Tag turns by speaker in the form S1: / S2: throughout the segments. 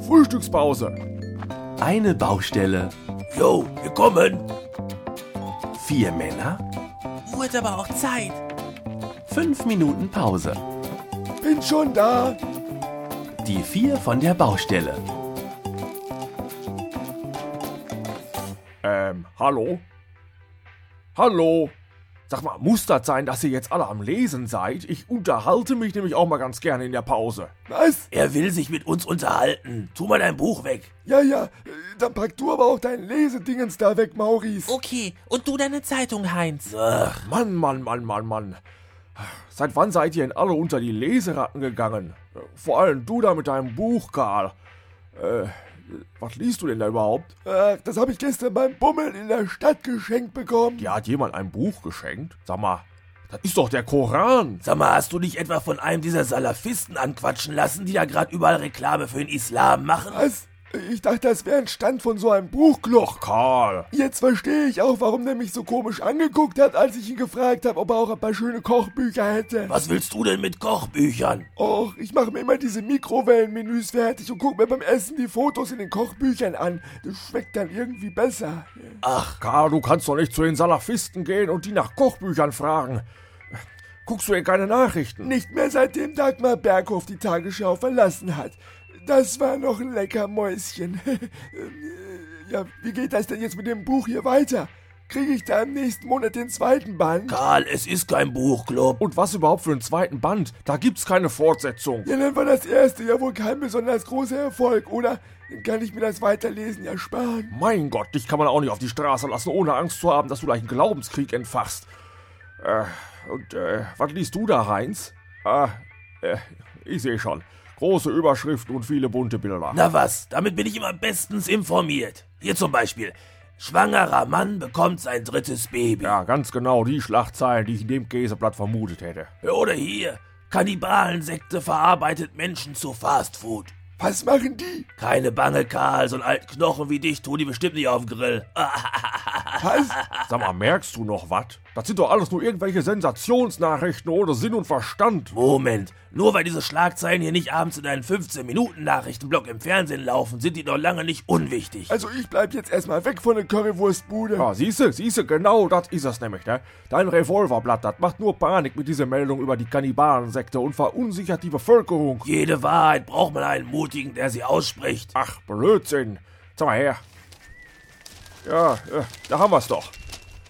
S1: Frühstückspause.
S2: Eine Baustelle. Jo, wir kommen. Vier Männer. Wird aber auch Zeit. Fünf Minuten Pause.
S1: Bin schon da.
S2: Die vier von der Baustelle.
S1: Ähm, hallo? Hallo? Sag mal, muss das sein, dass ihr jetzt alle am Lesen seid? Ich unterhalte mich nämlich auch mal ganz gerne in der Pause. Was?
S2: Er will sich mit uns unterhalten. Tu mal dein Buch weg.
S1: Ja, ja, dann pack du aber auch dein Lesedingens da weg, Maurice.
S3: Okay, und du deine Zeitung, Heinz.
S2: Ach,
S1: Mann, Mann, Mann, Mann, Mann. Seit wann seid ihr denn alle unter die Leseratten gegangen? Vor allem du da mit deinem Buch, Karl. Äh, was liest du denn da überhaupt?
S4: Ach, Äh, das habe ich gestern beim Bummeln in der Stadt geschenkt bekommen.
S1: Dir hat jemand ein Buch geschenkt? Sag mal, das ist doch der Koran.
S2: sag mal, hast du dich etwa von einem dieser Salafisten anquatschen lassen, die da gerade überall Reklame für den Islam machen?
S4: Was? Ich dachte, das wäre ein Stand von so einem Buchkloch.
S1: Karl.
S4: Jetzt verstehe ich auch, warum der mich so komisch angeguckt hat, als ich ihn gefragt habe, ob er auch ein paar schöne Kochbücher hätte.
S2: Was willst du denn mit Kochbüchern?
S4: Och, ich mache mir immer diese Mikrowellenmenüs fertig und gucke mir beim Essen die Fotos in den Kochbüchern an. Das schmeckt dann irgendwie besser.
S2: Ach,
S1: Karl, du kannst doch nicht zu den Salafisten gehen und die nach Kochbüchern fragen. Guckst du denn keine Nachrichten?
S4: Nicht mehr seitdem Dagmar Berghoff die Tagesschau verlassen hat. Das war noch ein lecker Mäuschen. ja, wie geht das denn jetzt mit dem Buch hier weiter? Kriege ich da im nächsten Monat den zweiten Band?
S2: Karl, es ist kein Buchclub.
S1: Und was überhaupt für einen zweiten Band? Da gibt's keine Fortsetzung.
S4: Ja, dann war das erste ja wohl kein besonders großer Erfolg, oder? Dann kann ich mir das Weiterlesen ja sparen.
S1: Mein Gott, dich kann man auch nicht auf die Straße lassen, ohne Angst zu haben, dass du gleich einen Glaubenskrieg entfachst. Äh, und äh, was liest du da, Heinz? Ah, äh, ich sehe schon. Große Überschriften und viele bunte Bilder.
S2: Na was, damit bin ich immer bestens informiert. Hier zum Beispiel. Schwangerer Mann bekommt sein drittes Baby.
S1: Ja, ganz genau die Schlagzeilen, die ich in dem Käseblatt vermutet hätte.
S2: Oder hier. Kannibalensekte verarbeitet Menschen zu Fastfood.
S4: Was machen die?
S2: Keine Bange, Karl, so einen alten Knochen wie dich tun die bestimmt nicht auf den Grill. Ah,
S4: Was?
S1: Sag mal, merkst du noch was? Das sind doch alles nur irgendwelche Sensationsnachrichten ohne Sinn und Verstand.
S2: Moment, nur weil diese Schlagzeilen hier nicht abends in deinen 15-Minuten-Nachrichtenblock im Fernsehen laufen, sind die noch lange nicht unwichtig.
S4: Also ich bleib jetzt erstmal weg von der Currywurstbude.
S1: Ja, siehste, siehste, genau das ist es nämlich, ne? Dein Revolverblatt, das macht nur Panik mit dieser Meldung über die Kannibalensekte und verunsichert die Bevölkerung.
S2: Jede Wahrheit braucht man einen Mutigen, der sie ausspricht.
S1: Ach, Blödsinn. Sag mal her. Ja, äh, da haben wir's doch.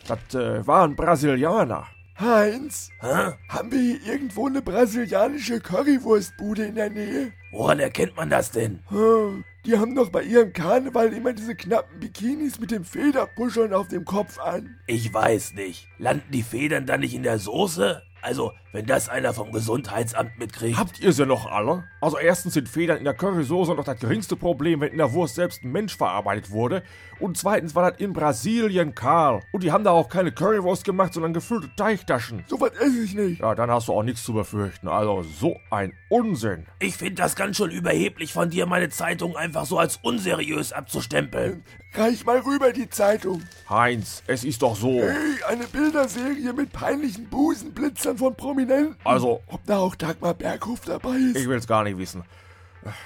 S1: Das äh, waren Brasilianer.
S4: Heinz,
S2: Hä?
S4: haben wir hier irgendwo eine brasilianische Currywurstbude in der Nähe?
S2: Woran erkennt man das denn?
S4: Oh, Die haben doch bei ihrem Karneval immer diese knappen Bikinis mit den Federpuscheln auf dem Kopf an.
S2: Ich weiß nicht. Landen die Federn dann nicht in der Soße? Also, wenn das einer vom Gesundheitsamt mitkriegt.
S1: Habt ihr sie noch alle? Also erstens sind Federn in der Currysoße noch das geringste Problem, wenn in der Wurst selbst ein Mensch verarbeitet wurde. Und zweitens war das in Brasilien, Karl. Und die haben da auch keine Currywurst gemacht, sondern gefüllte Teichtaschen.
S4: So was esse ich nicht.
S1: Ja, dann hast du auch nichts zu befürchten. Also so ein Unsinn.
S2: Ich finde das ganz schön überheblich von dir, meine Zeitung einfach so als unseriös abzustempeln.
S4: Reich mal rüber die Zeitung.
S1: Heinz, es ist doch so.
S4: Hey, eine Bilderserie mit peinlichen Busenblitzern von Prominenten.
S1: Also,
S4: Ob da auch Dagmar Berghof dabei ist?
S1: ich will's gar nicht wissen.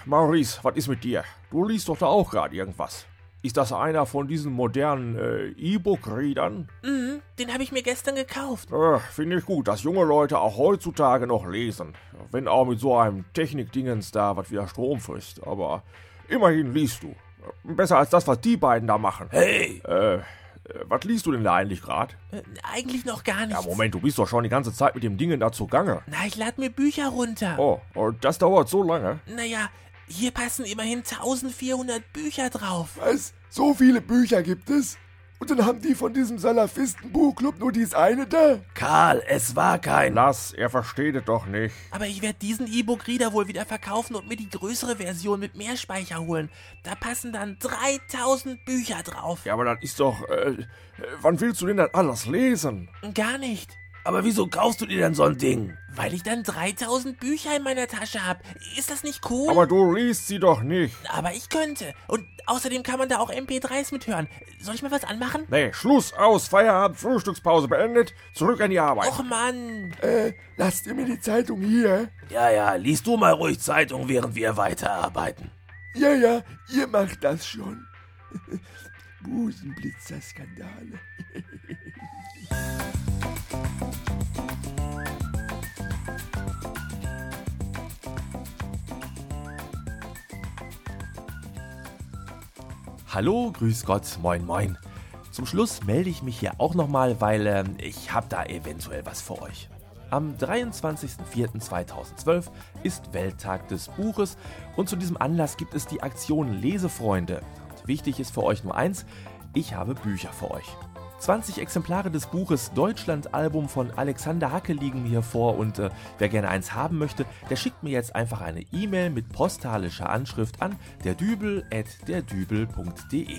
S1: Maurice, was ist mit dir? Du liest doch da auch gerade irgendwas. Ist das einer von diesen modernen äh, E-Book-Readern?
S3: Mhm, den habe ich mir gestern gekauft.
S1: Äh, Finde ich gut, dass junge Leute auch heutzutage noch lesen. Wenn auch mit so einem Technikdingens da, was wieder Strom frisst. Aber immerhin liest du. Besser als das, was die beiden da machen.
S2: Hey,
S1: Äh, äh, was liest du denn da eigentlich gerade?
S3: Äh, Eigentlich noch gar nicht.
S1: Ja, Moment, du bist doch schon die ganze Zeit mit dem Dingen da zugange.
S3: Na, ich lade mir Bücher runter.
S1: Oh, und das dauert so lange.
S3: Naja, hier passen immerhin 1400 Bücher drauf.
S4: Was? So viele Bücher gibt es? Und dann haben die von diesem Salafisten-Buchclub nur dies eine da?
S2: Karl, es war kein.
S1: Lass, er versteht es doch nicht.
S3: Aber ich werde diesen E-Book-Reader wohl wieder verkaufen und mir die größere Version mit mehr Speicher holen. Da passen dann 3000 Bücher drauf.
S1: Ja, aber das ist doch. Äh, äh, wann willst du denn das alles lesen?
S3: Gar nicht.
S2: Aber wieso kaufst du dir denn so ein Ding?
S3: Weil ich dann 3000 Bücher in meiner Tasche habe. Ist das nicht cool?
S1: Aber du liest sie doch nicht.
S3: Aber ich könnte. Und außerdem kann man da auch MP3s mithören. Soll ich mal was anmachen?
S1: Nee, Schluss aus, Feierabend, Frühstückspause beendet, zurück an die Arbeit.
S3: Och Mann.
S4: Äh, lasst ihr mir die Zeitung hier?
S2: Ja, ja, liest du mal ruhig Zeitung, während wir weiterarbeiten.
S4: Ja, ja, ihr macht das schon. Busenblitzer-Skandale.
S2: Hallo, grüß Gott, moin moin. Zum Schluss melde ich mich hier auch nochmal, weil ähm, ich habe da eventuell was für euch. Am 23.04.2012 ist Welttag des Buches und zu diesem Anlass gibt es die Aktion Lesefreunde. Und wichtig ist für euch nur eins, ich habe Bücher für euch. 20 Exemplare des Buches Deutschland-Album von Alexander Hacke liegen mir hier vor und äh, wer gerne eins haben möchte, der schickt mir jetzt einfach eine E-Mail mit postalischer Anschrift an derdübel.derdübel.de.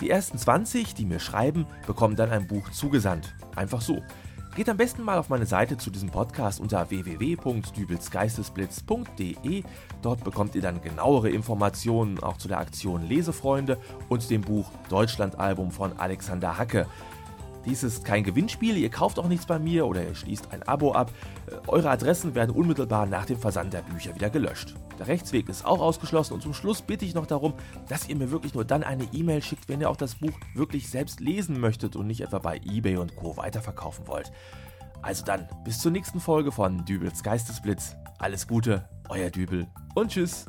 S2: Die ersten 20, die mir schreiben, bekommen dann ein Buch zugesandt. Einfach so. Geht am besten mal auf meine Seite zu diesem Podcast unter www.dübelsgeistesblitz.de. Dort bekommt ihr dann genauere Informationen auch zu der Aktion Lesefreunde und dem Buch Deutschlandalbum von Alexander Hacke. Dies ist kein Gewinnspiel, ihr kauft auch nichts bei mir oder ihr schließt ein Abo ab. Äh, Eure Adressen werden unmittelbar nach dem Versand der Bücher wieder gelöscht. Der Rechtsweg ist auch ausgeschlossen und zum Schluss bitte ich noch darum, dass ihr mir wirklich nur dann eine E-Mail schickt, wenn ihr auch das Buch wirklich selbst lesen möchtet und nicht etwa bei eBay und Co. weiterverkaufen wollt. Also dann, bis zur nächsten Folge von Dübels Geistesblitz. Alles Gute, euer Dübel und tschüss.